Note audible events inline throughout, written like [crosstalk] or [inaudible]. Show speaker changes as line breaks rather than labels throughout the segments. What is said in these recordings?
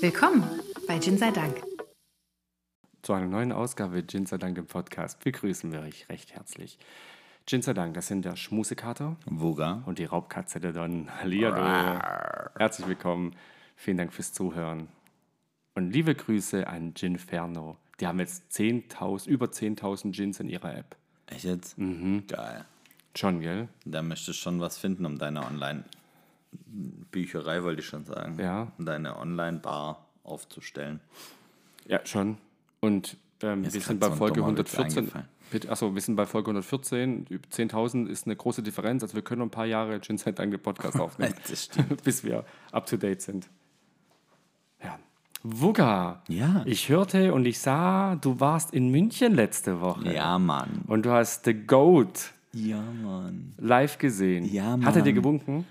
Willkommen bei Gin sei Dank.
Zu einer neuen Ausgabe Gin sei Dank, dem Podcast, begrüßen wir euch recht herzlich. Gin sei Dank, das sind der Schmusekater
Woga.
und die Raubkatze der Don. Hallihallo. Herzlich willkommen. Vielen Dank fürs Zuhören. Und liebe Grüße an Ginferno. Die haben jetzt 10.000, über 10.000 Gins in ihrer App.
Echt jetzt?
Mhm.
Geil.
Schon, gell?
Da möchtest du schon was finden um deine Online-Bücherei, wollte ich schon sagen.
Ja.
Um deine Online-Bar
[laughs]
aufzustellen.
Ja, schon. Und ähm, wir
ist
sind
grad
bei
so ein
Folge
dummer Witz
114.
eingefallen.
Bitte- Achso, wir sind bei Folge 114. Über 10.000 ist eine große Differenz. Also wir können noch ein paar Jahre Gin Zeit lang den Podcast aufnehmen,
[laughs] Das stimmt.
[laughs] bis wir up to date sind. Ja. Wuga,
Ja.
ich hörte und ich sah, du warst in München letzte Woche.
Ja, Mann.
Und du hast The Goat
Ja, Mann.
live gesehen.
Ja,
Hat er dir
Mann.
gewunken?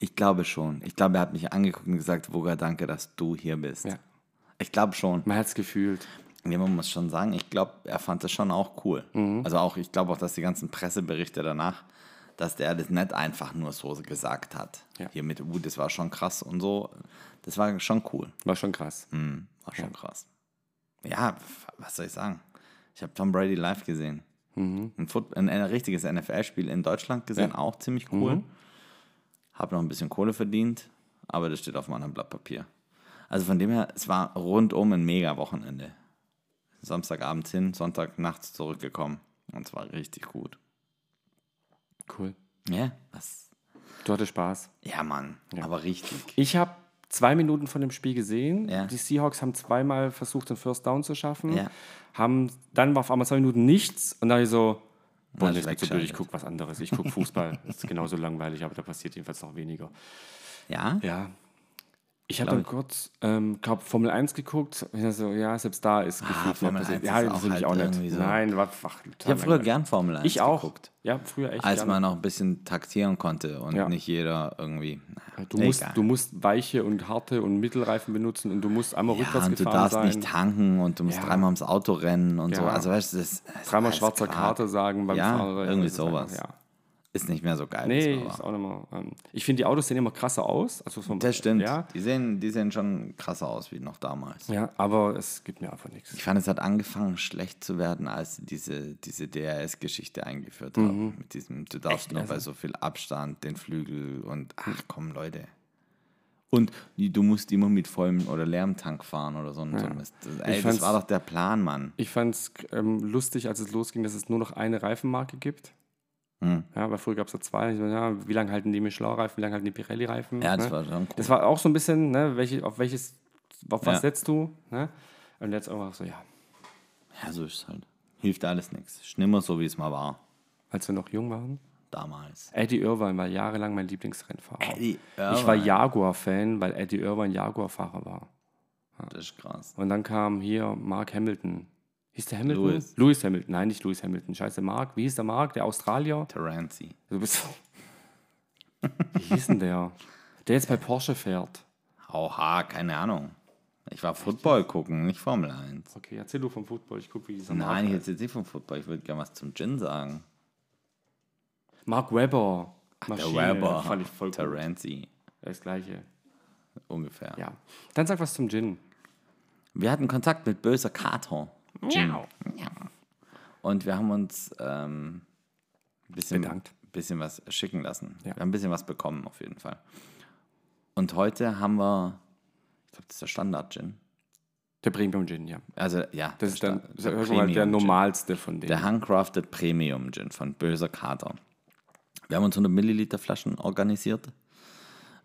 Ich glaube schon. Ich glaube, er hat mich angeguckt und gesagt, Woga, danke, dass du hier bist.
Ja.
Ich glaube schon.
Man hat es gefühlt.
Ja, man muss schon sagen, ich glaube, er fand das schon auch cool.
Mhm.
Also auch, ich glaube auch, dass die ganzen Presseberichte danach, dass der das nicht einfach nur so gesagt hat.
Ja.
Hier mit, uh, das war schon krass und so. Das war schon cool.
War schon krass.
Mhm, war schon krass. Ja, f- was soll ich sagen? Ich habe Tom Brady live gesehen. Ein, Foot ein, ein richtiges NFL-Spiel in Deutschland gesehen,
Ja.
auch ziemlich cool. Hab noch ein bisschen Kohle verdient, aber das steht auf meinem Blatt Papier. Also von dem her, es war rundum ein mega Wochenende. Samstagabend hin, Sonntag nachts zurückgekommen. Und es war richtig gut.
Cool.
Ja, was?
Du hattest Spaß.
Ja, Mann, aber richtig.
Ich habe zwei Minuten von dem Spiel gesehen.
Ja.
Die Seahawks haben zweimal versucht, den First Down zu schaffen.
Ja.
Haben, dann war auf einmal zwei Minuten nichts und dann hab ich so, boah,
Dann
nee, ist mir zu blöd, ich
Also weggeschaltet.
gucke was anderes. Ich gucke
[laughs]
Fußball. ist genauso langweilig, aber da passiert jedenfalls noch weniger.
Ja?
Ja. Ich habe dann kurz, ähm, glaub, Formel 1 geguckt. Ich dachte so, ja, selbst da ist gefühlt
Ah,
mehr
Formel
passiert.
1
Ja,
ist
das
auch
finde ich
halt
auch
irgendwie
nicht.
so.
Nein, war ach,
Ich habe früher gern Formel 1
Ich auch.
geguckt.
Ja, früher echt.
als
gern.
man noch ein bisschen taktieren konnte und
Ja.
nicht jeder irgendwie. na,
Du musst,
egal.
du musst weiche und harte und Mittelreifen benutzen und du musst einmal
ja,
rückwärts
und du
gefahren
darfst
sein.
nicht tanken und du musst
Ja.
dreimal ums Auto rennen und so.
Ja.
Also weißt du, das ist
Dreimal
alles
schwarzer
grad.
Karte sagen beim
Ja,
Fahrer.
irgendwie
das ist
sowas.
einfach- ja.
Ist nicht mehr so geil.
Nee,
das
ist
war-
auch nochmal. Ähm, ich finde, die Autos sehen immer krasser aus. Also vom,
das stimmt.
Ja,
Die, sehen, die sehen schon krasser aus wie noch damals.
ja, aber es gibt mir einfach nichts.
Ich fand, es hat angefangen schlecht zu werden, als sie diese, diese DRS-Geschichte eingeführt haben. Mit diesem, du darfst nur bei so viel Abstand den Flügel und ach komm, Leute. Und die- du musst immer mit vollem oder leerem Tank fahren oder so. ein- so ein Mist. Das- Ey,
fand's-
das war doch der Plan, Mann.
Ich fand es ähm, lustig, als es losging, dass es nur noch eine Reifenmarke gibt.
Hm.
Ja, weil früher gab es ja zwei. Ich meine, ja, wie lange halten die Michelin-Reifen, wie lange halten die Pirelli-Reifen?
Ja, das
ne?
war schon cool.
Das war auch so ein bisschen, ne, welche, auf welches, auf was
Ja.
setzt du? Ne? Und jetzt einfach so, ja,
Ja, so ist es halt. Hilft alles nichts. Ist nimmer so, wie es mal war.
als wir noch jung waren.
Damals.
Eddie Irvine war jahrelang mein Lieblingsrennfahrer.
Eddie
Ich war Jaguar-Fan, weil Eddie Irvine Jaguar-Fahrer war.
Das ist krass.
Und dann kam hier Mark Hamilton. Hieß der Hamilton?
Lewis.
Lewis Hamilton. Nein, nicht Lewis Hamilton. Scheiße, Mark. Wie hieß der Mark? Der
[laughs]
Australier?
Terenzi.
Du bist. Wie hieß denn der? Der jetzt bei Porsche fährt.
Oha, keine Ahnung. Ich war Football gucken, nicht Formel 1.
Okay, erzähl du vom Football. Ich gucke, wie dieser Mark
Nein, ich
heißt.
hätte jetzt nicht vom Football. Ich würde gerne was zum Gin sagen.
Mark Webber. Maschine.
der Weber.
äh, Fand ich voll gut.
Terenzi.
Das gleiche.
Ungefähr.
Ja. Dann sag was zum Gin.
Wir hatten Kontakt mit böser Kater.
Miau.
Und wir haben uns ähm, ein bisschen,
Bedankt.
bisschen was schicken lassen.
Ja.
Wir haben ein bisschen was bekommen, auf jeden Fall. Und heute haben wir, ich glaube, das ist der Standard-Gin.
Der Premium Gin, ja.
Also, ja.
Das ist dann sag
Sta-
ich mal, der
Premium-Gin.
normalste von denen.
Der Handcrafted Premium Gin von Böser Kater. Wir haben uns 100 Milliliter Flaschen organisiert.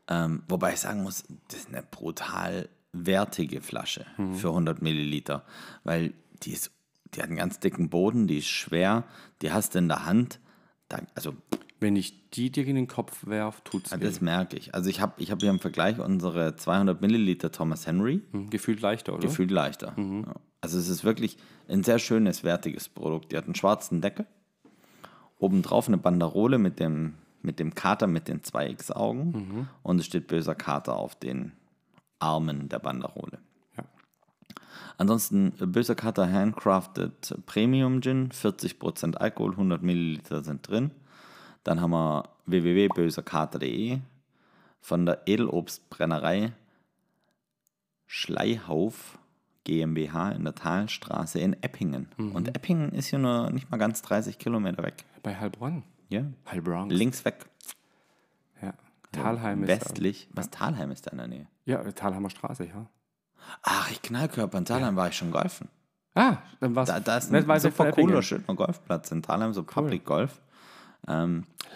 Ähm, wobei ich sagen muss, das ist eine brutal wertige Flasche für 100 Milliliter. Weil die, ist, die hat einen ganz dicken Boden, die ist schwer, die hast du in der Hand. Da, also
Wenn ich die dir in den Kopf werf, tut's
das
weh.
merke ich. Also ich habe ich hab hier im Vergleich unsere 200 Milliliter Thomas Henry.
Hm, Gefühlt leichter, oder?
Gefühlt leichter. Ja. Also es ist wirklich ein sehr schönes, wertiges Produkt. Die hat einen schwarzen Deckel, obendrauf eine Banderole mit dem, mit dem Kater mit den 2X-Augen und es steht böser Kater auf den Armen der Banderole.
Ja.
Ansonsten äh, böser Kater Handcrafted Premium Gin, 40% Alkohol, 100 Milliliter sind drin. Dann haben wir www.böserkater.de von der Edelobstbrennerei Schleihauf GmbH in der Talstraße in Eppingen.
Mhm.
Und Eppingen ist hier nur nicht mal ganz 30 Kilometer weg.
Bei Heilbronn.
Ja.
Heilbronn.
Links weg.
Ja. Talheim ist.
Westlich. Was Talheim ist da in der Nähe?
Ja, Talheimer Straße, ja.
Ach, ich Knallkörper. In Talheim war ich schon golfen.
Ah, dann war es.
Da, da ist ein super cooler, schöner Golfplatz in Talheim, so Public Golf.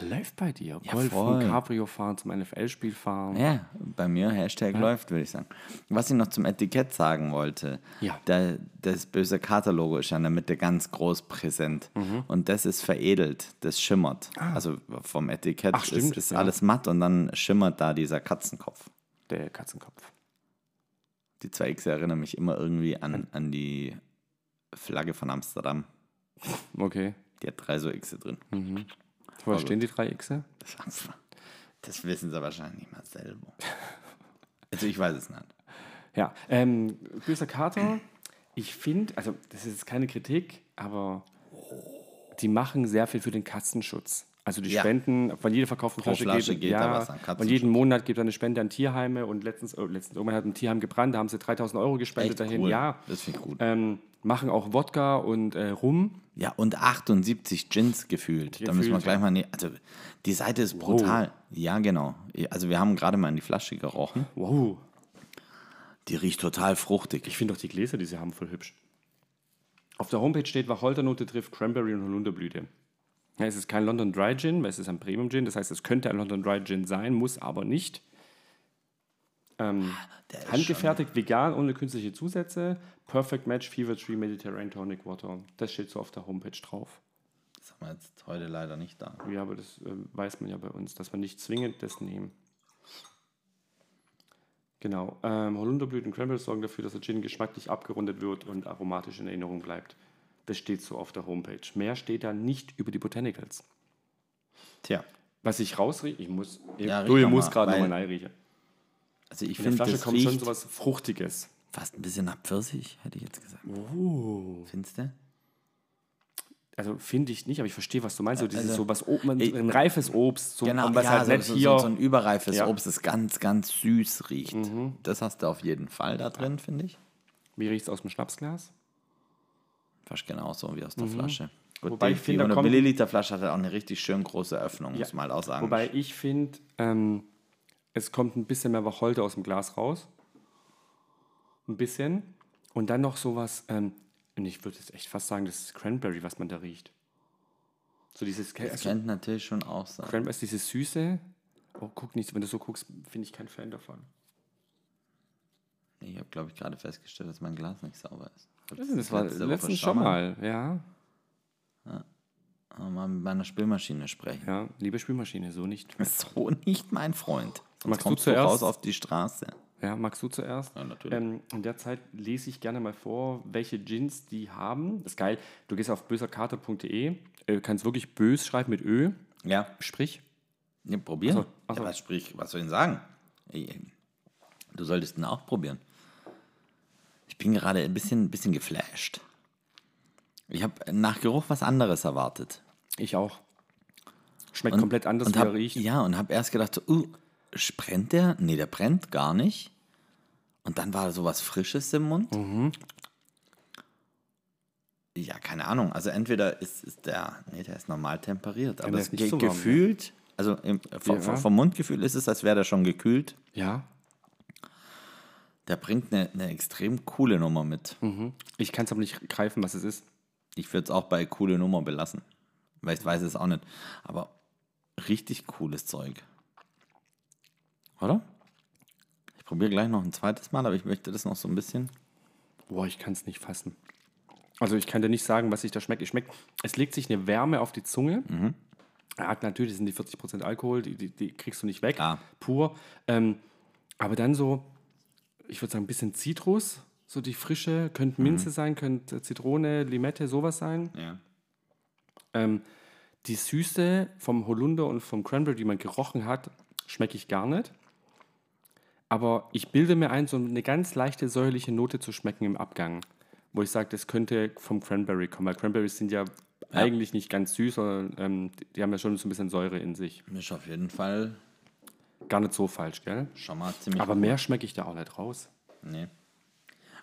Läuft bei dir. Golfen,
voll.
Cabrio fahren, zum NFL-Spiel fahren.
Ja, bei mir Hashtag läuft, würde ich sagen. Was ich noch zum Etikett sagen wollte,
Ja.
da, das böse Katerlogo ist ja in der Mitte ganz groß präsent.
Mhm.
Und das ist veredelt, das schimmert. Also vom Etikett
Ah. Ach, stimmt,
ist, ist
ja.
alles matt und dann schimmert da dieser Katzenkopf.
Der Katzenkopf.
Die 2X erinnern mich immer irgendwie an, an die Flagge von Amsterdam.
Okay.
Die hat drei so Xe drin.
Hm. Wo stehen die drei Xe?
Das, das wissen sie wahrscheinlich nicht mal selber. Also ich weiß es nicht.
Ja. Ähm, böser Kater, ich finde, also das ist jetzt keine Kritik, aber die machen sehr viel für den Katzenschutz. Also die
Ja.
spenden, von jeder verkauften
Pro
Flasche,
Flasche
geht,
geht da
ja,
was an
und
Katzenschutz.
jeden Monat gibt er eine Spende an Tierheime und letztens, oh, letztens irgendwann hat ein Tierheim gebrannt, da haben sie 3000 Euro gespendet dahin.
cool.
Ja,
Das finde ich gut.
ähm, machen auch Wodka und äh, Rum.
Ja, und 78 Gins gefühlt. da müssen wir
Gefühlt,
gleich mal. Ne also, die Seite ist brutal. Ja, genau. Also, wir haben gerade mal in die Flasche gerochen.
Wow,
Die riecht total fruchtig.
ich finde doch die Gläser, die sie haben, voll hübsch. Auf der Homepage steht, Wacholdernote trifft Cranberry und Holunderblüte. Ja, es ist kein London Dry Gin, weil es ist ein Premium Gin. Das heißt, es könnte ein London Dry Gin sein, muss aber nicht. Ähm,
Ah, Der ist
Handgefertigt, vegan, ohne künstliche Zusätze. Perfect Match, Fever Tree, Mediterranean Tonic Water. Das steht so auf der Homepage drauf.
schon- Das haben wir jetzt heute leider nicht da.
Ja, aber das äh, weiß man ja bei uns, dass wir nicht zwingend das nehmen. Genau. Ähm, Holunderblüten und Cranberry sorgen dafür, dass der Gin geschmacklich abgerundet wird und aromatisch in Erinnerung bleibt. Das steht so auf der Homepage. Mehr steht da nicht über die Botanicals.
Tja.
Was ich rausrieche, ich muss.
Ja, riech
du
noch
musst
mal,
gerade
weil
nochmal reinriechen.
Also, ich
In der
finde,
Flasche
das
kommt schon
riecht
sowas Fruchtiges.
fast ein bisschen nach Pfirsich, hätte ich jetzt gesagt.
Oh.
Findest du?
Also finde ich nicht, aber ich verstehe, was du meinst. So dieses
Also,
so was Ob man, ein reifes Obst, so
Genau,
und was
ja,
halt
so,
nicht
so,
hier.
so, so ein überreifes
Ja. Mhm.
Obst, das ganz, ganz süß riecht. Das hast du auf jeden Fall da drin, finde ich.
Wie riecht es aus dem Schnapsglas?
Fast genauso wie aus der Flasche. Gut,
Mhm. Wobei
die
ich finde, da
400
kommt-
Milliliter Flasche hat auch eine richtig schön große Öffnung, muss
Ja.
man halt auch sagen.
Wobei ich finde, ähm, es kommt ein bisschen mehr Wacholder aus dem Glas raus. Ein bisschen. Und dann noch sowas, ähm, und ich würde jetzt echt fast sagen, das ist Cranberry, was man da riecht. So dieses,
Das
also
könnte natürlich schon auch sein.
Cranberry ist dieses Süße. Oh, guck nicht, wenn du so guckst, bin ich kein Fan davon.
Ich habe, glaube ich, gerade festgestellt, dass mein Glas nicht sauber ist. Ich hab
Das, war
letzte Woche
letztens schon mal, ja.
mal- Mal mit meiner
[laughs]
Spülmaschine sprechen.
Ja, liebe Spülmaschine, so nicht.
So nicht mein Freund. Sonst
Magst du
kommst
zuerst?
raus auf die Straße.
Ja, magst du zuerst?
Ja, natürlich.
Ähm, in der Zeit lese ich gerne mal vor, welche Gins die haben. Das ist geil. Du gehst auf böserkarte.de, äh, kannst wirklich bös schreiben mit Ö,
Ja,
sprich.
ja probieren.
Ach so, ach so.
Ja, was, sprich, was soll ich denn sagen? Ich- Du solltest ihn auch probieren. Ich bin gerade ein bisschen, bisschen geflasht. Ich habe nach Geruch was anderes erwartet.
Ich auch. Schmeckt komplett anders,
und
wie er
hab,
riecht.
Ja, und habe erst gedacht, so, uh, brennt der? Nee, der brennt gar nicht. Und dann war so was Frisches im Mund.
Mhm.
Ja, keine Ahnung. Also entweder ist, ist der, nee, der ist normal temperiert, aber
der
es
ist nicht
ge
so warm,
gefühlt, also im, vom,
Ja.
vom, vom Mundgefühl ist es, als wäre der schon gekühlt.
Ja.
Der bringt eine, eine extrem coole Nummer mit.
Mhm. Ich kann es aber nicht greifen, was es ist.
Ich würde es auch bei coole Nummer belassen, weil ich weiß es auch nicht. Aber richtig cooles Zeug. Oder? Ich probiere gleich noch ein zweites Mal, aber ich möchte das noch so ein bisschen.
Boah, ich kann es nicht fassen. Also ich kann dir nicht sagen, was ich da schmecke. Ich schmeck, es legt sich eine Wärme auf die Zunge. Ja, natürlich sind die 40% Alkohol, die, die, die kriegst du nicht weg,
Klar.
pur. Ähm, aber dann so, ich würde sagen, ein bisschen Zitrus, so die frische, könnte Minze sein, könnte Zitrone, Limette, sowas sein.
Ja.
Ähm, die Süße vom Holunder und vom Cranberry, die man gerochen hat, schmecke ich gar nicht. Aber ich bilde mir ein, so eine ganz leichte säuerliche Note zu schmecken im Abgang. Wo ich sage, das könnte vom Cranberry kommen, weil Cranberries sind ja, eigentlich nicht ganz süß, sondern ähm, die- die haben ja schon so ein bisschen Säure in sich.
Ist auf jeden Fall
Gar nicht so falsch, gell?
schon mal ziemlich.
Aber mehr schmecke ich da auch nicht raus.
nee.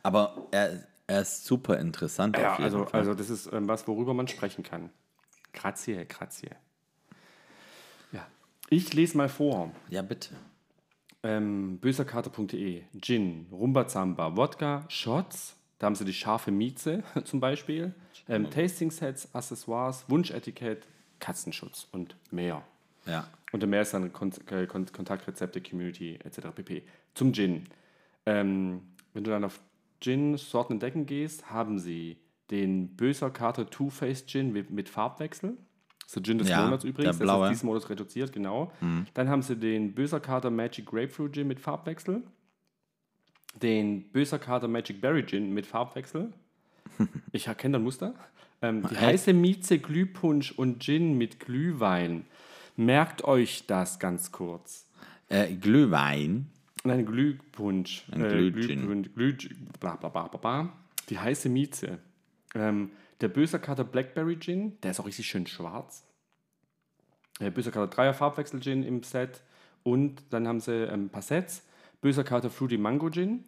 Aber er, er ist super interessant.
Ja,
auf jeden
also,
Fall.
also das ist ähm, was, worüber man sprechen kann. Grazie, grazie. Ja. Ich lese mal vor.
ja, bitte.
Ähm, böserkater.de, Gin, Rumbazamba, Wodka, Shots, da haben sie die scharfe Mieze [laughs] zum Beispiel, ähm, Tasting-Sets, Accessoires, Wunschetikett, Katzenschutz und mehr.
Ja.
Unter mehr ist dann Kon äh, Kon Kontaktrezepte, Community etc. pp. Zum Gin. Ähm, wenn du dann auf Gin-Sorten entdecken gehst, haben sie den Böser Kater Two-Face Gin mit, mit Farbwechsel. Das ist der Gin des
Ja,
Monats übrigens. Das
der blaue. Mhm.
ist diesen Modus reduziert, genau. Dann haben sie den Böser Kater Magic Grapefruit Gin mit Farbwechsel. Den Böser Kater Magic Berry Gin mit Farbwechsel. Ich erkenne dann Muster. Ähm, die heiße Mieze, Glühpunsch und Gin mit Glühwein. Merkt euch das ganz kurz.
Äh, Glühwein.
Nein, Glühpunsch.
Ein
äh,
Glühgin.
Glühpunsch. Glüh, bla, bla, bla, bla, bla. Die heiße Mieze. Ähm, der Böserkater Blackberry Gin, der ist auch richtig schön schwarz. Der Böserkater Dreier Farbwechsel Gin im Set. Und dann haben sie ähm, ein paar Sets. Böserkater Fruity Mango Gin.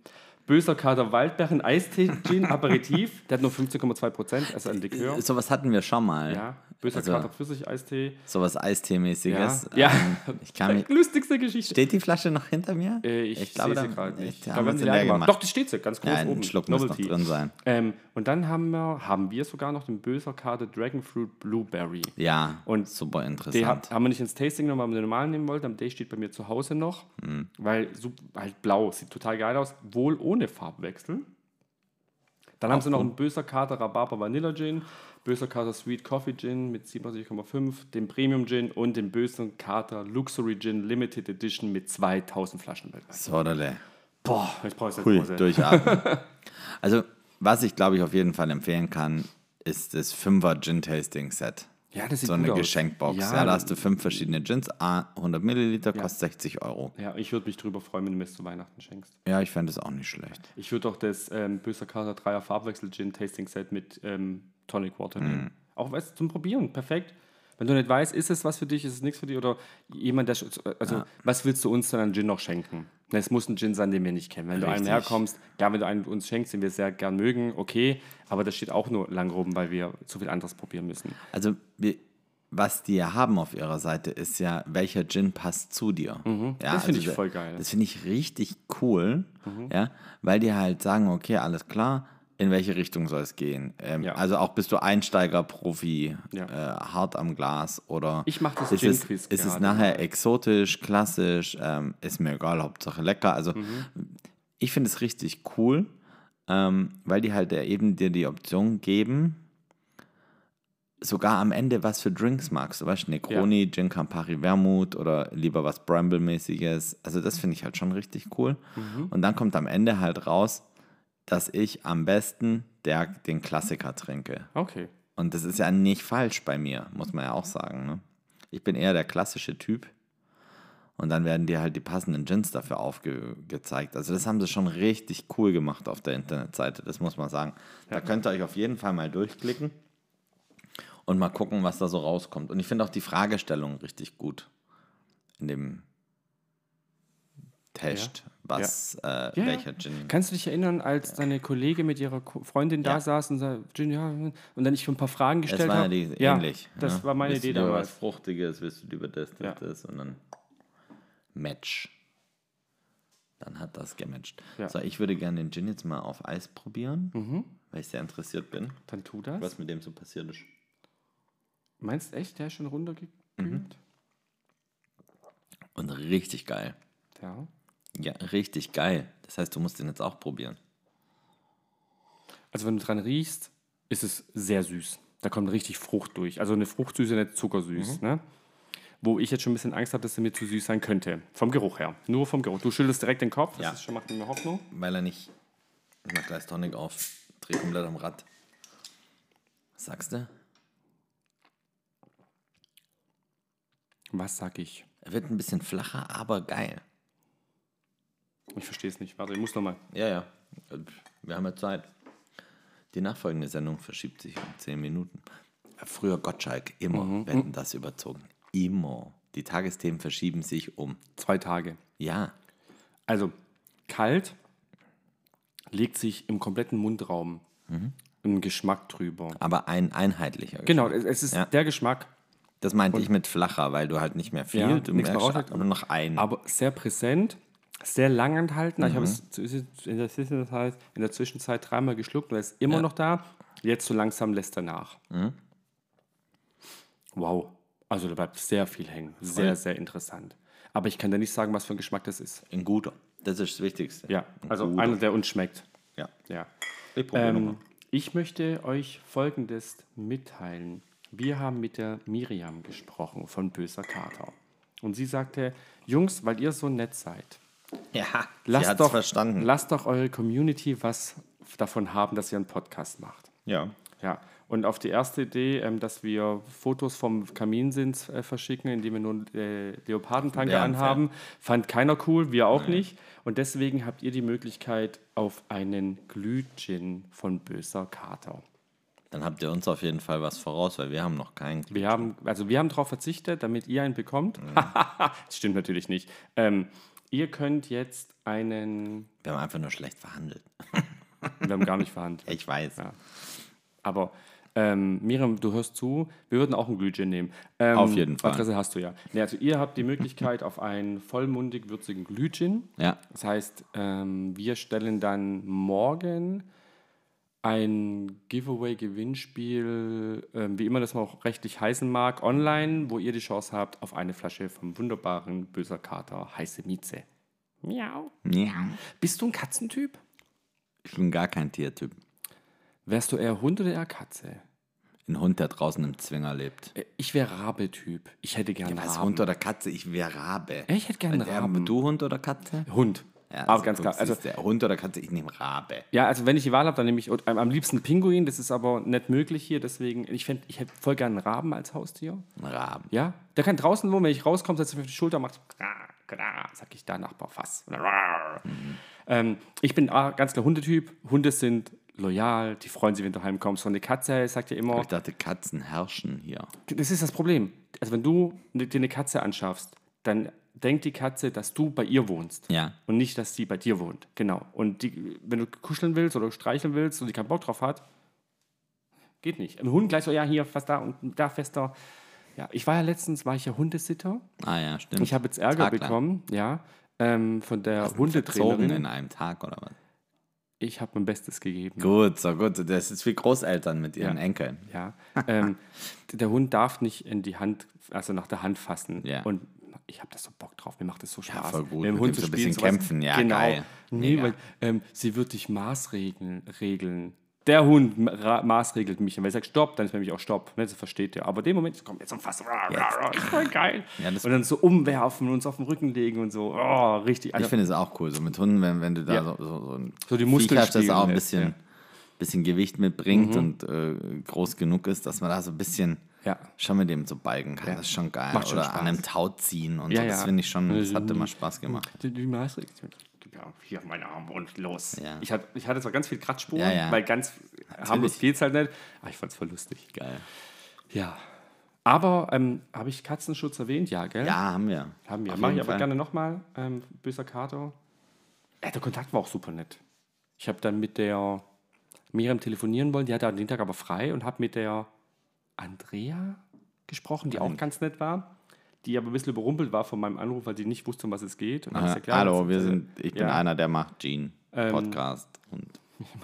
Böserkater Waldbeeren Eistee
[laughs]
Gin Aperitif. Der hat nur 15,2%, also ein Likör.
Sowas hatten wir schon mal.
Ja, böser
Also-
Kater Flüssig-Eistee.
Sowas Eistee-mäßiges.
Ja.
Ähm,
Ja.
Ich
[laughs]
kann mich,
Lustigste Geschichte.
steht die Flasche noch hinter mir?
Äh, ich sehe sie
da-
gerade nicht.
Da
Da
haben wir
werden
sie
sie
leer
leer
gemacht.
Doch, die steht sie, ganz groß
Ja, ein
oben.
Schluck muss noch drin sein.
Ähm, und dann haben wir, haben wir sogar noch den böser Karte Dragon Fruit Blueberry.
ja,
Und
super
Den ha-
interessant.
haben wir nicht ins Tasting genommen, weil wir den normalen nehmen wollten. Aber der steht bei mir zu Hause noch, weil so, halt blau, sieht total geil aus, wohl ohne Farbwechsel. Dann haben sie noch einen böser Kater Rhabarber Vanilla Gin, böser Kater Sweet Coffee Gin mit 27,5, den Premium Gin und den bösen Kater Luxury Gin Limited Edition mit 2000 Flaschen weltweit.
Sorderle.
Boah, ich brauche jetzt
Hui,
Pause. [laughs]
durchatmen. also, was ich glaube ich auf jeden Fall empfehlen kann, ist das Fünfer Gin Tasting Set.
Ja, das sieht
so
gut
eine
aus.
Geschenkbox.
Ja,
Ja, da hast du fünf verschiedene Gins, a 100 Milliliter, kostet 60 Euro.
Ja, ich würde mich drüber freuen, wenn du mir es zu Weihnachten schenkst.
Ja, ich fände es auch nicht schlecht.
Ich würde doch das ähm, Böser Kater 3er Farbwechsel Gin Tasting Set mit ähm, Tonic Water
Mhm.
nehmen. Auch was zum Probieren, perfekt. Wenn du nicht weißt, ist es was für dich, ist es nichts für dich oder jemand, der. sch- Also, was willst du uns denn an Gin noch schenken? Na, Es muss ein Gin sein, den wir nicht kennen. Wenn du einen
Richtig.
herkommst, ja, wenn du einen uns schenkst, den wir sehr gern mögen, okay, aber das steht auch nur lang rum, weil wir zu viel anderes probieren müssen.
Also, wir, was die ja haben auf ihrer Seite, ist ja, welcher Gin passt zu dir. Ja,
Mhm. Das finde ich
da-
voll geil. Mhm.
Das finde ich richtig cool, ja, weil die halt sagen, okay, alles klar, in welche Richtung soll es gehen? Ähm,
Ja.
Also auch bist du Einsteiger, Profi,
Ja.
äh, hart am Glas oder
Ich mach das
ist es,
Gin-Quiz
ist es
gerade.
nachher exotisch, klassisch, ähm, ist mir egal, Hauptsache lecker. Also
Mhm.
ich finde es richtig cool, ähm, weil die halt ja eben dir die Option geben, sogar am Ende, was für Drinks magst du. Weißt du, Negroni, Gin Campari Vermut oder lieber was Bramble-mäßiges. Also, das finde ich halt schon richtig cool. Und dann kommt am Ende halt raus, dass ich am besten der, den Klassiker trinke.
Okay.
Und das ist ja nicht falsch bei mir, muss man ja auch sagen. Ne? Ich bin eher der klassische Typ. Und dann werden dir halt die passenden Gins dafür aufgezeigt. Also das haben sie schon richtig cool gemacht auf der Internetseite, das muss man sagen. Da könnt ihr euch auf jeden Fall mal durchklicken und mal gucken, was da so rauskommt. Und ich finde auch die Fragestellung richtig gut in dem Test, was Äh,
Ja, ja.
welcher Gin.
Kannst du dich erinnern, als deine Kollege mit ihrer Ko- Freundin da
Ja.
saß und, sa- Gin, ja, und dann ich ein paar Fragen
Das
gestellt
war ja
habe?
die, ähnlich.
Das
ne?
war meine
Willst
Idee
du lieber
damals.
was Fruchtiges, willst du lieber das, das,
Ja.
das und dann Match. Dann hat das gematcht.
Ja. Mhm.
So, ich würde gerne den Gin jetzt mal auf Eis probieren, weil ich sehr interessiert bin,
Dann tu das.
was mit dem so passiert ist.
Meinst du echt, der ist schon runtergekühlt?
Mhm. Und richtig geil.
Ja.
Ja, richtig geil. Das heißt, du musst den jetzt auch probieren.
Also wenn du dran riechst, ist es sehr süß. Da kommt richtig Frucht durch. Also eine Fruchtsüße, nicht zuckersüß.
Mhm.
Ne? Wo ich jetzt schon ein bisschen Angst habe, dass er mir zu süß sein könnte. Vom Geruch her. Nur vom Geruch. Du schüttelst direkt den Kopf.
Ja.
Das ist schon, macht mir Hoffnung.
Weil er nicht. Ich mach gleich Tonic auf. Dreh komplett am Rad. Was sagst du?
Was sag ich?
Er wird ein bisschen flacher, aber geil.
Ich verstehe es nicht. Warte, ich muss nochmal.
Ja, ja. Wir haben ja Zeit. Die nachfolgende Sendung verschiebt sich um 10 Minuten. Früher Gottschalk, immer.
Mhm,
Wir hätten das überzogen. Immer. Die Tagesthemen verschieben sich um.
Zwei Tage.
Ja.
Also kalt, legt sich im kompletten Mundraum
Mhm.
ein Geschmack drüber.
Aber ein einheitlicher. Geschmack.
Genau, es es ist
Ja.
der Geschmack,
Das meinte ich mit flacher, weil du halt nicht mehr viel,
Ja,
du
nichts
merkst
mehr rausschmeckt.
nur noch einen.
aber sehr präsent, sehr lang enthalten. Ich habe es zu- in der Zwischenzeit, in der Zwischenzeit dreimal geschluckt und er ist immer noch da. Jetzt so langsam lässt er nach. Wow. Also da bleibt sehr viel hängen. Sehr, sehr interessant. Aber ich kann dir nicht sagen, was für ein Geschmack das ist.
Ein guter. Das ist das Wichtigste.
Ja,
Ein
also
guter.
einer, der uns schmeckt.
Ja.
Ja.
Ich probiere nochmal.
Ähm, ich möchte euch Folgendes mitteilen. Wir haben mit der Miriam gesprochen von Böser Kater. Und sie sagte, Jungs, weil ihr so nett seid, [laughs]
Ja, sie
lasst
hat's
doch,
verstanden.
lasst doch eure Community was davon haben, dass ihr einen Podcast macht.
ja.
Ja, und auf die erste Idee, ähm, dass wir Fotos vom Kamin sind, äh, verschicken, indem wir nur äh, Leopardentanke
Bärenfell.
anhaben, fand keiner cool, wir auch nicht. Und deswegen habt ihr die Möglichkeit auf einen Glühgin von Böser Kater.
Dann habt ihr uns auf jeden Fall was voraus, weil wir haben noch keinen.
Wir haben, also wir haben darauf verzichtet, damit ihr einen bekommt.
Mhm.
[laughs] das stimmt natürlich nicht. Ähm, ihr könnt jetzt einen,
Wir haben einfach nur schlecht verhandelt.
wir haben gar nicht
[laughs]
verhandelt.
Ich weiß.
Aber ähm, Miriam, du hörst zu, wir würden auch einen Glühgin nehmen. Ähm,
Auf jeden Fall.
Adresse hast du ja. Nee, also ihr habt die Möglichkeit auf einen vollmundig würzigen Glühgin.
Ja.
Das heißt, ähm, wir stellen dann morgen ein Giveaway-Gewinnspiel, ähm, wie immer das man auch rechtlich heißen mag, online, wo ihr die Chance habt auf eine Flasche vom wunderbaren Böser Kater Heiße Mieze. Miau.
ja.
Bist du ein Katzentyp?
Ich bin gar kein Tiertyp.
Wärst du eher Hund oder eher Katze? Äh,
Ein Hund, der draußen im Zwinger lebt.
Ich wäre Rabe-Typ. Ich hätte gerne
Was,
Raben.
Hund oder Katze? Ich wäre Rabe.
Ich hätte gern einen
Ja,
Raben.
Du Hund oder Katze?
Hund.
Ja,
aber ganz klar. Also,
Also, der Hund oder Katze? Ich nehme Rabe.
ja, also wenn ich die Wahl habe, dann nehme ich und ähm, am am liebsten Pinguin. Das ist aber nicht möglich hier. Deswegen, ich, fänd, ich hätte voll gerne einen Raben als Haustier.
Ein Raben.
Ja, der kann draußen wohnen. Wenn ich rauskomme, setzt er mich auf die Schulter und macht so, kra, kra, sag ich da Nachbar fass.
Mhm.
Ähm, ich bin ah, ganz klar Hundetyp. Hunde sind loyal. Die freuen sich, wenn du heimkommst. So eine Katze sagt ja immer,
Ich dachte, Katzen herrschen hier.
Das ist das Problem. Also wenn du ne- dir eine Katze anschaffst, dann denkt die Katze, dass du bei ihr wohnst.
Ja.
Und nicht, dass sie bei dir wohnt. Genau. Und die, wenn du kuscheln willst oder streicheln willst und die keinen Bock drauf hat, geht nicht. Ein Hund gleich so, ja, hier, fast da und da fester. Ja, ich war ja letztens, war ich ja Hundesitter.
Ah ja, stimmt.
Ich habe jetzt Ärger
Taglang.
bekommen, ja, ähm, von der
Verzogen in
Hundetrainerin.
einem Tag oder was?
Ich habe mein Bestes gegeben.
Gut, so gut. Das ist wie Großeltern mit ihren Enkeln.
Ja. Ähm, d- der Hund darf nicht in die Hand, also nach der Hand fassen.
Ja.
Und ich habe das so Bock drauf. Mir macht das so Spaß.
voll gut.
Mit dem
Mit
Hund
dem
zu
so ein
spielen,
bisschen
sowas.
kämpfen. Ja,
genau.
geil.
Nee,
Mega.
weil ähm, sie wird dich maßregeln. Regeln. Der Hund ma- ra- maßregelt mich. Und wenn ich sage Stopp, dann ist nämlich auch Stopp. Ne, Das versteht der. Aber in dem Moment, so, komm, jetzt umfassen. Jetzt. Voll geil.
Ja, das-
und dann so umwerfen, uns auf den Rücken legen und so. Oh, richtig.
Ich
Also,
finde es auch cool, so mit Hunden, wenn, wenn du da
Ja.
so, so, so ein
So die
Viech
Muskeln
hast, das
spielen
auch ein
lässt, Mhm.
bisschen, bisschen Gewicht mitbringt und äh, groß genug ist, dass man da so ein bisschen
Ja.
schon mit dem so balgen kann. Das ist schon geil.
Macht schon
Oder
Spaß.
an einem Tau ziehen und
Ja,
so. Das
ja.
finde ich schon, das hat immer Spaß gemacht.
die, die maßregelt mich. Gib ja hier meine Arme und los.
Ja.
Ich, hatte, ich hatte zwar ganz viel Kratzspuren,
Ja, ja.
weil ganz harmlos geht es halt nicht. Aber ich fand es voll lustig.
Geil.
Ja. Aber ähm, habe ich Katzenschutz erwähnt? Ja, gell?
Ja, haben wir.
Haben wir.
Auf
Mache
jeden
ich aber
Fall.
gerne nochmal. Ähm, böser Kater. Ja, der Kontakt war auch super nett. Ich habe dann mit der Miriam telefonieren wollen. Die hatte an dem Tag aber frei und habe mit der Andrea gesprochen, die auch ganz nett war. Die aber ein bisschen überrumpelt war von meinem Anruf, weil sie nicht wusste, um was es geht. Und dann
Aha.
ist ja klar,
Hallo,
dass-
wir sind, ich bin
ja. Ähm,
einer, der macht Gene Podcast und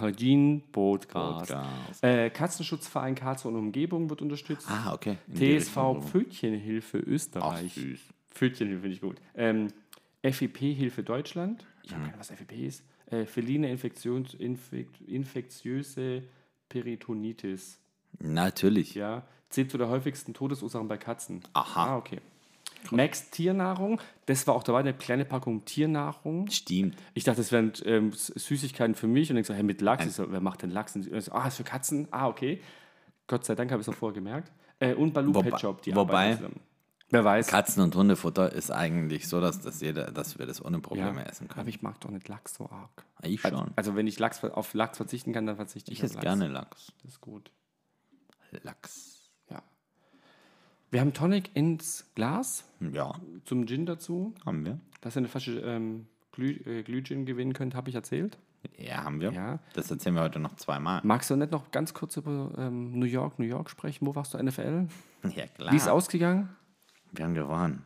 Margin Podcast.
Podcast.
Äh, Katzenschutzverein Karlsruhe und Umgebung wird unterstützt.
Ah, okay. In die
TSV
Richtung. genau.
Pfötchenhilfe
Ach,
Österreich.
süß.
Pfötchenhilfe finde ich gut. Ähm, FEP-Hilfe Deutschland. Ich
Mhm.
habe keine Ahnung, was FEP ist. Äh, feline Infektions Infekt infektiöse Peritonitis.
Natürlich.
Ja, zählt zu der häufigsten Todesursachen bei Katzen.
Aha.
Ah, okay. Max Tiernahrung. Das war auch dabei eine kleine Packung Tiernahrung.
Stimmt.
Ich dachte, das wären ähm, S- Süßigkeiten für mich. Und dann gesagt, hey, mit Lachs. Ich so, wer macht denn Lachs? Und ich so, ah, ist für Katzen. Ah, okay. Gott sei Dank habe ich es noch vorher gemerkt. Äh, und Baloo
Wobei-
Pet Shop, die
wobei-
arbeiten zusammen. Wer weiß.
Katzen- und Hundefutter ist eigentlich so, dass, dass, jeder, dass wir das ohne Probleme essen
Aber
können.
ich mag doch nicht Lachs so arg.
Ich
Also,
schon.
also wenn ich Lachs, auf Lachs verzichten kann, dann verzichte ich,
Ich esse
auf Lachs.
gerne Lachs.
Das ist gut.
Lachs.
Ja. Wir haben Tonic ins Glas
Ja,
zum Gin dazu.
haben wir.
Dass ihr eine Flasche ähm, Glüh, äh, Glühgin gewinnen könnt, habe ich erzählt.
Ja, haben wir.
Ja.
Das erzählen wir heute noch zweimal.
Magst du nicht noch ganz kurz über ähm, New York, New York sprechen? Wo warst du NFL?
Ja, klar.
Wie ist ausgegangen?
Wir haben gewonnen.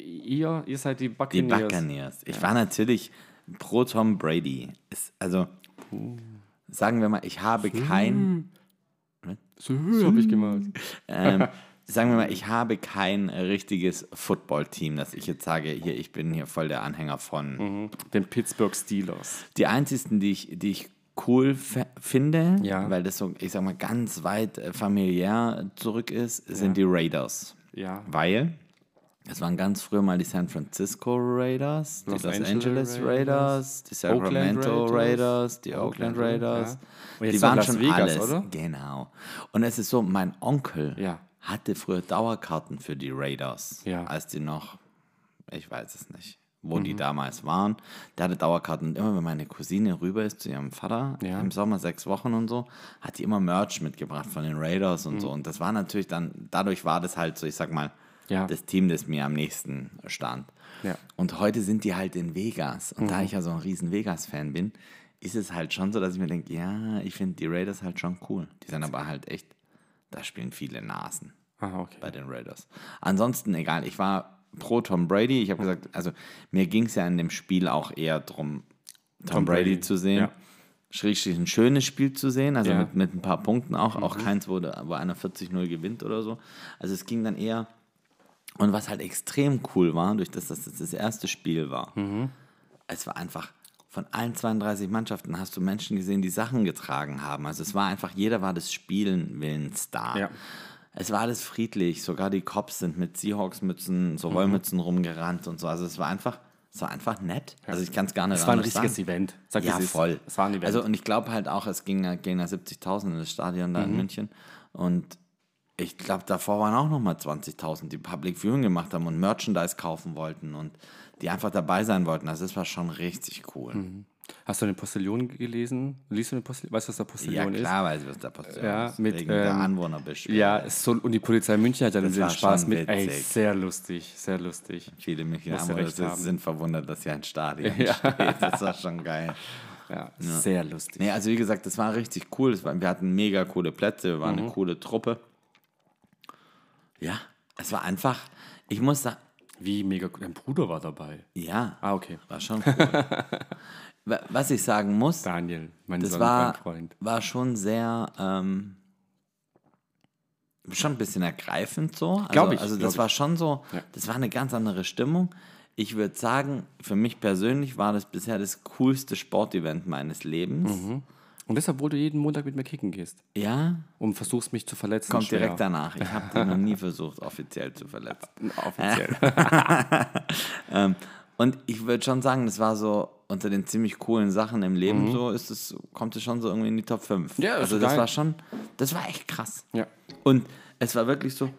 Ihr, ihr seid die
Die
Buccaneers.
Buccaneers. Ich war natürlich pro Tom Brady. Ist, also, sagen wir mal, ich habe
Hm.
kein,
So habe ich gemacht. [laughs]
ähm, sagen wir mal, ich habe kein richtiges Football-Team, dass ich jetzt sage, hier, ich bin hier voll der Anhänger von.
Hm. Den Pittsburgh Steelers.
Die einzigen, die ich, die ich cool fe- finde,
Ja.
weil das so, ich sag mal, ganz weit äh, familiär zurück ist, sind die Raiders.
Ja.
Weil es waren ganz früher mal die San Francisco Raiders, die
Los
Los
Angeles
Angeles, Raiders,
Raiders,
die Sacramento
Oakland
Raiders,
Raiders,
die Oakland
Oakland,
Raiders.
ja. Und jetzt
Die
noch
waren
Las
schon
Vegas,
alles.
oder?
Genau. Und es ist so, mein Onkel
Ja.
hatte früher Dauerkarten für die Raiders,
Ja. Mhm.
als die noch, ich weiß es nicht, wo die damals waren. Der hatte Dauerkarten. Und immer wenn meine Cousine rüber ist zu ihrem Vater,
Ja.
im Sommer sechs Wochen und so, hat die immer Merch mitgebracht von den Raiders
Mhm.
und so. Und das war natürlich dann, dadurch war das halt so, ich sag mal,
Ja.
das Team, das mir am nächsten stand.
Ja.
Und heute sind die halt in Vegas. Und da ich ja so ein riesen Vegas-Fan bin, ist es halt schon so, dass ich mir denke, ja, ich finde die Raiders halt schon cool. Die sind aber halt echt, da spielen viele Nasen
Ah, okay.
bei den Raiders. Ansonsten egal, ich war pro Tom Brady. Ich habe gesagt, also mir ging es ja in dem Spiel auch eher darum, Tom, Brady,
Brady,
zu sehen.
ja.
Schrägstrich ein schönes Spiel zu sehen, also
Ja. Mhm.
mit, mit ein paar Punkten auch. Auch keins wurde, wo einer 40-0 gewinnt oder so. Also es ging dann eher. Und was halt extrem cool war, durch das, dass das das erste Spiel war,
Mhm.
es war einfach. Von allen 32 Mannschaften hast du Menschen gesehen, die Sachen getragen haben. Also es war einfach, jeder war des Spielen willens da.
Ja.
Es war alles friedlich, sogar die Cops sind mit Seahawks-Mützen,
Mhm.
so Wollmützen rumgerannt und so. Also es war einfach, es war einfach nett. Also ich kann es gar nicht
Es war ein
anders
richtiges
sagen.
Event. Sag
Ja,
es ist.
voll.
Es war ein Event.
Also und ich glaube halt auch, es ging, ging ja 70.000 in das Stadion
Mhm.
da in München und ich glaube, davor waren auch nochmal 20.000, die Public Viewing gemacht haben und Merchandise kaufen wollten und die einfach dabei sein wollten. Also das war schon richtig cool.
Mhm. Hast du den Postillon gelesen? Liest du den Postillon? Weißt du, was der
Ja,
Postillon
klar weiß ich, was da passiert
Ja,
ist.
mit,
Wegen der
ähm,
Anwohnerbeschwerde.
ist? Ja, es soll, und die Polizei München hat ja dann
Das
den
war
Spaß
schon
mit. Ey,
witzig.
sehr lustig, sehr lustig.
Viele Münchner
Musst du recht
Amore
haben.
sind verwundert, dass hier ein
[laughs]
Stadion steht. Das war schon geil.
Ja, sehr lustig.
Nee, also wie gesagt, das war richtig cool. Das war, wir hatten mega coole Plätze, wir waren
Mhm.
eine coole Truppe. Ja, es war einfach, ich muss sagen,
Wie mega. Dein Bruder war dabei.
ja,
Ah, okay.
war schon
[laughs]
cool. Wa- Was ich sagen muss,
Daniel, mein
das war,
Sonnenbrandfreund.
war schon sehr, ähm, schon ein bisschen ergreifend so. Also,
Glaub ich,
Also
glaub
das
ich.
war schon so,
Ja.
das war eine ganz andere Stimmung. Ich würde sagen, für mich persönlich war das bisher das coolste Sportevent meines Lebens.
Mhm. Und deshalb, wo du jeden Montag mit mir kicken gehst
Ja,
und versuchst, mich zu verletzen.
kommt
schwer.
direkt danach. Ich habe dich noch
[laughs]
nie versucht, offiziell zu verletzen.
Offiziell.
Und ich würde schon sagen, das war so unter den ziemlich coolen Sachen im Leben, so ist es, kommt es schon so irgendwie in die Top 5.
Mhm. Ja, ist
also das
geil.
war schon, das war echt krass.
[laughs] Ja.
Und es war wirklich so,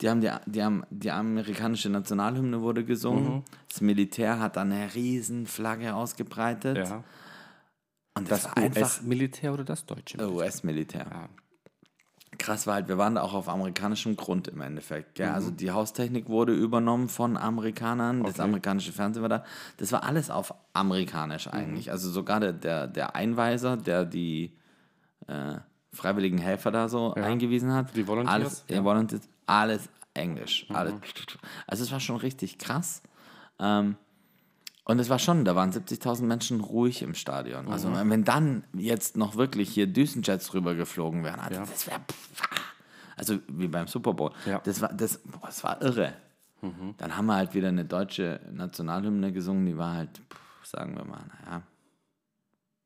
die haben die, die, haben, die amerikanische Nationalhymne wurde gesungen, das Militär hat dann eine riesen Flagge ausgebreitet
ja.
und das,
Das
war einfach
US-Militär oder das deutsche?
US-Militär. Krass war halt, wir waren da auch auf amerikanischem Grund im Endeffekt.
Mhm.
Gell? Also die Haustechnik wurde übernommen von Amerikanern, das amerikanische Fernsehen war da. Das war alles auf
Mhm.
amerikanisch eigentlich. Also sogar der, der, der Einweiser, der die äh, freiwilligen Helfer da so eingewiesen hat.
Die Volunteers, Mhm.
Alles, ja. Volunteers, alles Englisch. Alles. Also es war schon richtig krass. Ähm, und es war schon, da waren 70.000 Menschen ruhig im Stadion. Also
Mhm.
wenn dann jetzt noch wirklich hier Düsenjets rübergeflogen wären, also das wäre also wie beim Super Bowl.
Ja. Mhm.
Das war das, boah, das war irre. Dann haben wir halt wieder eine deutsche Nationalhymne gesungen, die war halt, pff, sagen wir mal, naja.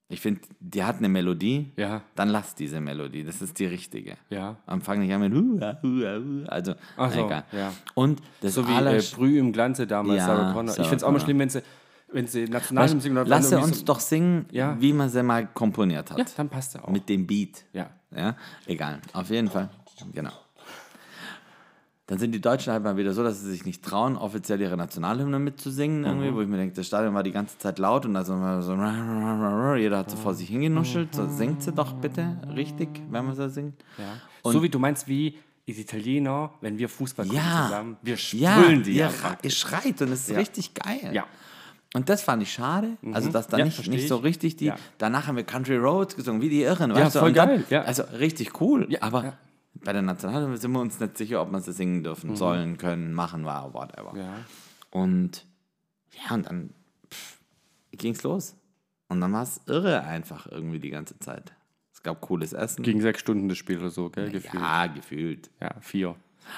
Ich finde, die hat eine Melodie,
Ja.
dann lass diese Melodie, das ist die richtige.
Ja.
Am Anfang nicht an mit hua, hua, hua. also
Ach so,
egal.
ja.
Und das
So wie
aller-
äh, Brü im Glanze damals,
Ja,
Sarah Connor. Ich
Sarah
finde es auch mal
Connor.
schlimm, wenn sie, wenn sie Nationalhymnen
Weißt,
singen. und dann
lass sie
irgendwie
uns doch singen,
Ja.
wie man sie mal komponiert hat.
Ja, dann passt er auch.
Mit dem Beat.
Ja.
ja. Egal, auf jeden Fall. Genau. Dann sind die Deutschen halt mal wieder so, dass sie sich nicht trauen, offiziell ihre Nationalhymne mitzusingen,
Mhm.
irgendwie, wo ich mir denke, das Stadion war die ganze Zeit laut und also war so, jeder hat so vor sich hingenuschelt. So, singt sie doch bitte richtig, wenn man sie singt.
ja. So wie du meinst, wie die Italiener, wenn wir Fußball gucken
Ja.
zusammen, wir
Ja,
sprühen die.
ihr,
einfach.
ihr schreit und es ist richtig geil.
Ja.
Und das fand ich schade, also dass da
Mhm. Ja,
nicht,
versteh
nicht so
ich.
richtig die.
Ja.
Danach haben wir Country Roads gesungen, wie die Irren. weißt du?
voll
und dann,
geil, ja.
Also richtig cool.
Ja,
aber
ja. Mhm.
bei der Nationalhymne sind wir uns nicht sicher, ob wir sie singen dürfen, sollen, können, machen, war, whatever.
Ja.
Und ja, und dann pff, ging's los. Und dann war es irre einfach irgendwie die ganze Zeit. Es gab cooles Essen.
Gegen sechs Stunden das Spiel oder so, gell? Gefühlt.
Ja, gefühlt.
Ja, vier.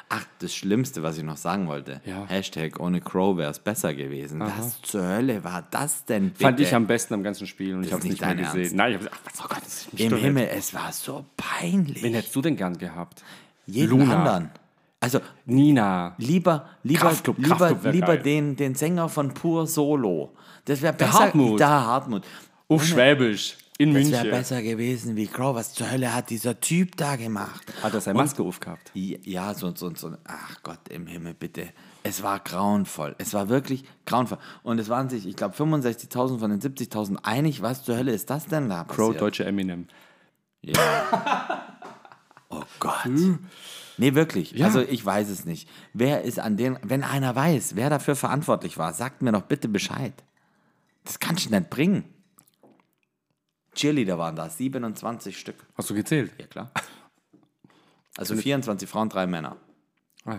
Ach, das Schlimmste, was ich noch sagen wollte.
Ja.
Hashtag ohne Crow wäre es besser gewesen. Was zur Hölle war das denn bitte?
Fand ich am besten am ganzen Spiel und ich
Ist
habe es
nicht
nicht mehr
dein
gesehen.
Ernst.
Nein, ich habe ach, oh Gott, das ist
Im Himmel, es war so peinlich.
Wen hättest du denn gern gehabt?
Jeden
Luna.
anderen. Also
Nina.
lieber, lieber,
Kraftclub,
lieber,
Kraftclub wär
lieber
geil.
den, den Sänger von Pur Solo. Das wäre besser.
Hartmut.
Der Hartmut.
Auf Schwäbisch. In
Das wäre
München.
besser gewesen wie Crow. Was zur Hölle hat dieser Typ da gemacht?
Hat er seine Maske aufgehabt?
Ja, so und so und so. Ach Gott im Himmel, bitte. Es war grauenvoll. Es war wirklich grauenvoll. Und es waren sich, ich glaube, 65.000 von den 70.000 einig. Was zur Hölle ist das denn da
Pro
passiert?
deutsche Eminem.
[laughs] Oh Gott. Nee, wirklich. Also ich weiß es nicht. Wer ist an den, wenn einer weiß, wer dafür verantwortlich war, sagt mir doch bitte Bescheid. Das kannst du nicht bringen. Cheerleader waren da, 27 Stück.
Hast du gezählt?
Ja, klar. Also 24 Frauen, drei Männer.
Ah,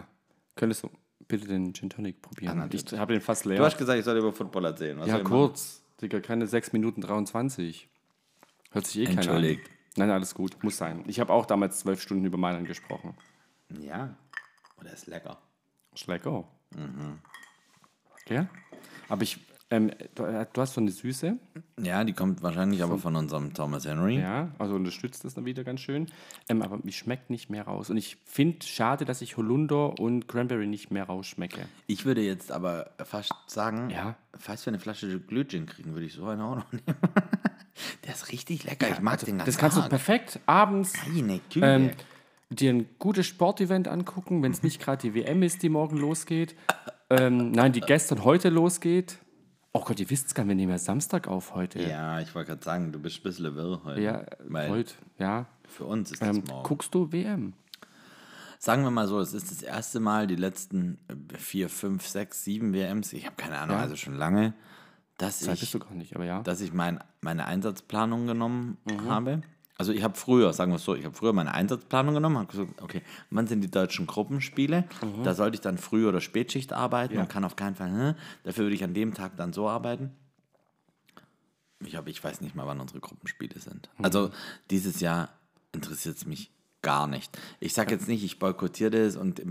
könntest du bitte den Gin Tonic probieren? ich habe den fast leer.
Ah, Du hast gesagt, ich soll über Football erzählen. Was
ja,
soll ich machen?
kurz. Digga, keine 6 Minuten 23. Hört sich eh keiner an.
Entschuldigt.
Nein, alles gut. Muss sein. Ich habe auch damals zwölf Stunden über Mailand gesprochen.
Ja. Oder ist lecker.
Ist lecker.
Mhm.
Ja? Aber ich, ähm, du du hast so eine Süße.
Ja, die kommt wahrscheinlich aber von unserem Thomas Henry.
Ja, also unterstützt das dann wieder ganz schön. Ähm, aber mich schmeckt nicht mehr raus. Und ich finde schade, dass ich Holunder und Cranberry nicht mehr rausschmecke.
Ich würde jetzt aber fast sagen,
Ja.
falls wir eine Flasche Glühgin kriegen, würde ich so einen auch noch nehmen. [laughs] Der ist richtig lecker. ich mag den ganz
also Das kannst du
arg.
perfekt abends
Meine Güte.
ähm, dir ein gutes Sportevent angucken, wenn es
[laughs]
nicht gerade die WM ist, die morgen losgeht. Ähm, nein, die gestern heute losgeht. Oh Gott, ihr wisst es gar nicht, wir nehmen ja Samstag auf heute.
ja, ich wollte gerade sagen, du bist ein bisschen wirr heute.
Ja, äh,
weil
heute, ja.
für uns ist das
Ähm,
morgen.
guckst du WM?
Sagen wir mal so, es ist das erste Mal die letzten äh, vier, fünf, sechs, sieben WMs, ich habe keine Ahnung, also schon lange, dass
Da
ich
bist du gar nicht, aber ja.
dass ich mein, meine Einsatzplanung genommen habe. Also ich habe früher, sagen wir es so, ich habe früher meine Einsatzplanung genommen, habe gesagt, okay, wann sind die deutschen Gruppenspiele? Da sollte ich dann Früh- oder Spätschicht arbeiten und kann auf keinen Fall, ne? dafür würde ich an dem Tag dann so arbeiten. Ich, hab, ich weiß nicht mal, wann unsere Gruppenspiele sind. Also dieses Jahr interessiert es mich gar nicht. Ich sage jetzt nicht, ich boykottiere das und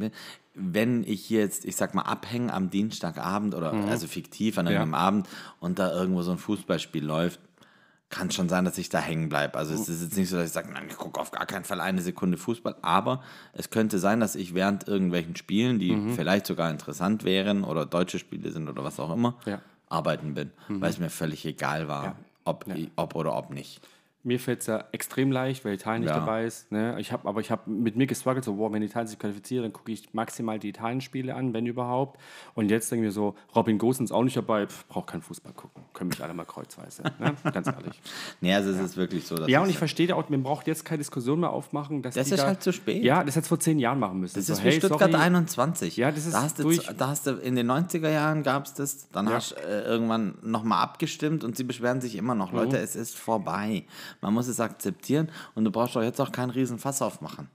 wenn ich jetzt, ich sag mal, abhänge am Dienstagabend oder also fiktiv an einem Abend und da irgendwo so ein Fußballspiel läuft, kann schon sein, dass ich da hängen bleibe. Also es ist jetzt nicht so, dass ich sage, nein, ich gucke auf gar keinen Fall eine Sekunde Fußball, aber es könnte sein, dass ich während irgendwelchen Spielen, die vielleicht sogar interessant wären oder deutsche Spiele sind oder was auch immer,
Ja.
arbeiten bin, weil es mir völlig egal war, ob,
Mhm. Ja.
ich- ob oder ob nicht.
Mir fällt es ja extrem leicht, weil Italien nicht
Ja.
dabei ist. Ne? Ich hab, aber ich habe mit mir gestruggelt, so, wow, wenn Italien sich qualifiziert, dann gucke ich maximal die Italien-Spiele an, wenn überhaupt. Und jetzt denken wir so, Robin Gosens auch nicht dabei, pff, braucht keinen Fußball gucken. Können mich alle mal kreuzweise. Ne?
[laughs]
Ganz ehrlich.
Nee, also es ist wirklich so, dass
Ja,
es-
und ich verstehe auch, man braucht jetzt keine Diskussion mehr aufmachen. Dass
Das
die
ist
da,
halt zu spät.
Ja, das hätte vor zehn Jahren machen müssen.
Das ist wie Stuttgart 21.
Ja, das ist
da hast du,
durch.
zu- da hast du in den 90er Jahren gab es das, dann hast du äh, irgendwann nochmal abgestimmt und sie beschweren sich immer noch.
Mhm.
Leute, es ist vorbei. Man muss es akzeptieren und du brauchst doch jetzt auch keinen riesen Fass aufmachen.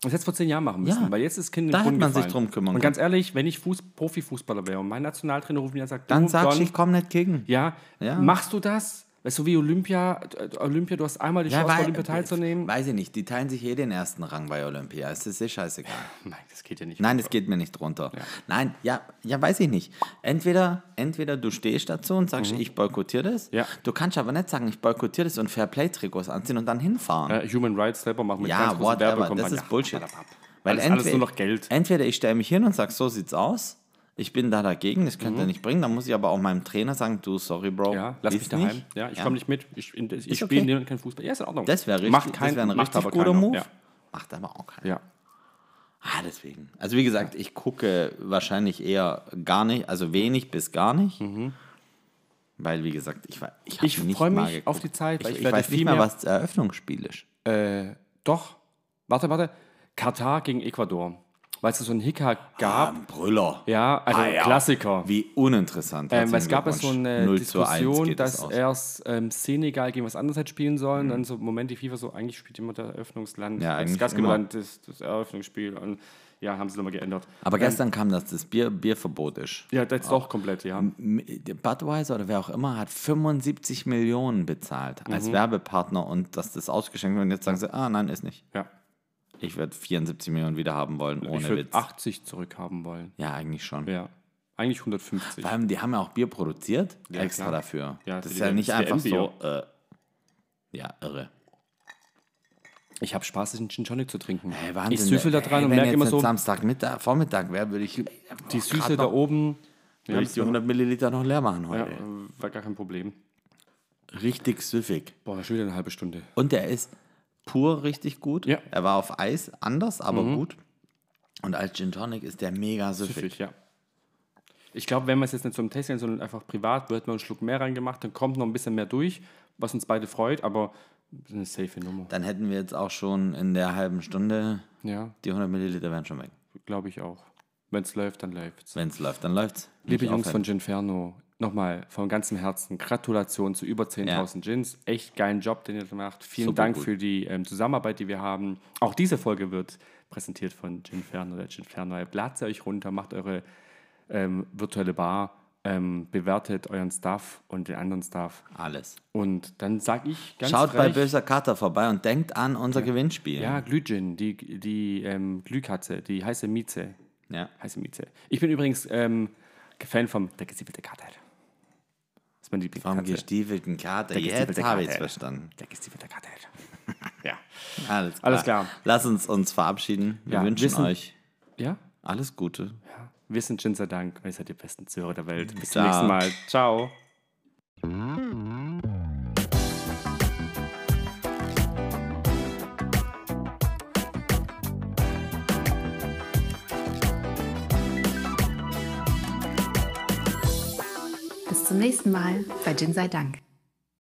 Das hätte es vor zehn Jahren machen müssen,
Ja.
weil jetzt ist Kind in den
Da hätte
Brunnen
man sich
gefallen.
drum kümmern
Und
können.
ganz ehrlich, wenn ich Fuß Profifußballer wäre und mein Nationaltrainer ruft mich an und sagt,
Dann
du,
sagst
Don,
du, ich komme nicht gegen.
Ja,
Ja.
machst du das? Weißt du, wie Olympia, äh, Olympia, du hast einmal die Chance, bei
wei-
Olympia teilzunehmen.
Weiß ich nicht, die teilen sich eh den ersten Rang bei Olympia. Es ist eh scheißegal.
Nein, das geht ja nicht.
Nein, das geht mir nicht runter. Nein, ja, ja, weiß ich nicht. Entweder, entweder du stehst dazu und sagst, ich boykottiere das.
Mhm. Ja.
Du kannst aber nicht sagen, ich boykottiere das und Fairplay-Trikots anziehen und dann hinfahren.
Äh, Human Rights selber machen mit
ja,
ganz großen
whatever, das
Werbekompagnie.
ist Bullshit.
Ja, blablabla.
Weil
alles, alles nur noch Geld.
Entweder Äh, ich stelle mich hin und sage, so sieht's aus, ich bin da dagegen, das könnt ihr nicht bringen, dann muss ich aber auch meinem Trainer sagen, du, sorry, Bro.
Mhm. Ja, lass mich
ist
daheim.
nicht.
Ja, ich komme nicht mit. Ich, in- ich
okay.
spiele okay. keinen Fußball. Ja, ist in Ordnung.
Das wäre richtig,
Macht kein,
das wär ein
macht
richtig
aber
guter
keiner.
Move.
Ja.
Macht aber auch keiner.
ja.
Ah, deswegen. Also wie gesagt, ich gucke wahrscheinlich eher gar nicht, also wenig bis gar nicht. Weil, wie gesagt, ich, war- ich, hab
Mhm. Ich
nicht
freu
mal
mich
geguckt.
auf die Zeit, weil
Ich,
ich
ich
werde
weiß
viel
nicht mal,
mehr-
was das Eröffnungsspiel ist.
Doch, warte, warte. Katar gegen Ecuador. Weil es so einen Hicker gab.
Ein Brüller.
Ah, Ja, also
Ah, ja.
Klassiker.
Wie uninteressant.
Ähm, weil es gab ja so
Herzlichen
eine
Glückwunsch. 0 zu 1
Diskussion,
geht es
dass
aus. Mhm.
erst ähm, Senegal gegen was anderes hätte spielen sollen. Und dann so, Moment, die FIFA so, eigentlich spielt immer der Eröffnungsland.
Ja,
das
eigentlich
Gastgeberland ist das Eröffnungsspiel. Und ja, haben sie nochmal geändert.
Aber gestern kam das, das Bier, Bierverbot ist.
ähm, Ja, das ist doch komplett, ja.
M- der Budweiser oder wer auch immer hat 75 Millionen bezahlt
Mhm.
als Werbepartner und dass das ausgeschenkt wird und jetzt sagen sie, ah nein, ist nicht.
ja.
Ich werde 74 Millionen wieder haben wollen,
ich
ohne
würde
Witz.
80 zurückhaben wollen.
Ja, eigentlich schon.
Ja. Eigentlich 150.
Vor allem, die haben ja auch Bier produziert, extra
klar.
dafür.
Ja,
das
für
ist
die
ja nicht einfach
WM-Bier.
so, äh, ja, irre.
Ich habe Spaß, einen Gin Tonic zu trinken.
Ey, Wahnsinn.
ich süffel da
Ey,
dran und
wenn
merke
jetzt
immer
nicht
so,
Samstag, Mittag, Vormittag wäre, würde ich
die Süße
noch, Äh.
da oben.
Würde ich die 100 Milliliter noch leer machen heute.
Ja, war gar kein Problem.
Richtig süffig.
Boah, schon wieder eine halbe Stunde.
Und der ist pur richtig gut.
Ja. Mhm.
Er war auf Eis anders, aber gut. Und als Gin Tonic ist der mega süffig.
Süffig, ja. Ich glaube, wenn wir es jetzt nicht zum Tasting, sondern einfach privat, wird man einen Schluck mehr reingemacht, dann kommt noch ein bisschen mehr durch, was uns beide freut, aber das ist eine safe Nummer.
Dann hätten wir jetzt auch schon in der halben Stunde,
Ja,
die 100 Milliliter wären schon weg.
glaube ich auch. Wenn es läuft, dann läuft's.
Wenn es läuft, dann läuft's.
Liebe
Nicht
Jungs
aufhören.
von Ginferno, nochmal von ganzem Herzen Gratulation zu über 10.000 Gins. Echt geilen Job, den ihr da macht. Vielen
Super
Dank
gut.
für die ähm, Zusammenarbeit, die wir haben. Auch diese Folge wird präsentiert von Ginferno, der Ginferno. App. Ladet sie euch runter, macht eure ähm, virtuelle Bar, ähm, bewertet euren Stuff und den anderen Stuff.
Alles.
Und dann sag ich ganz
Schaut bei
frech,
Böser Kater vorbei und denkt an unser Gewinnspiel.
Ja, Glühgin, die, die ähm, Glühkatze, die heiße Mieze.
Ja.
Heiße Mieze. Ich bin übrigens ähm, Fan vom Der gesiebelte Kater. Das ist mein
Vom
Lieblingskatze.
gestiefelten Kater.
Der
Jetzt
gestiefelte
habe ich
Kater.
es verstanden.
Der gesiebelte Kater. ja.
Alles klar.
Alles klar.
Lass uns uns verabschieden. Wir
Ja,
wünschen
wissen-
euch
Ja?
alles Gute.
Wir sind Jin sei Dank und ihr seid die besten Zuhörer der Welt. Bis zum
Ciao.
nächsten Mal. Ciao.
Bis zum nächsten Mal bei Gin sei Dank.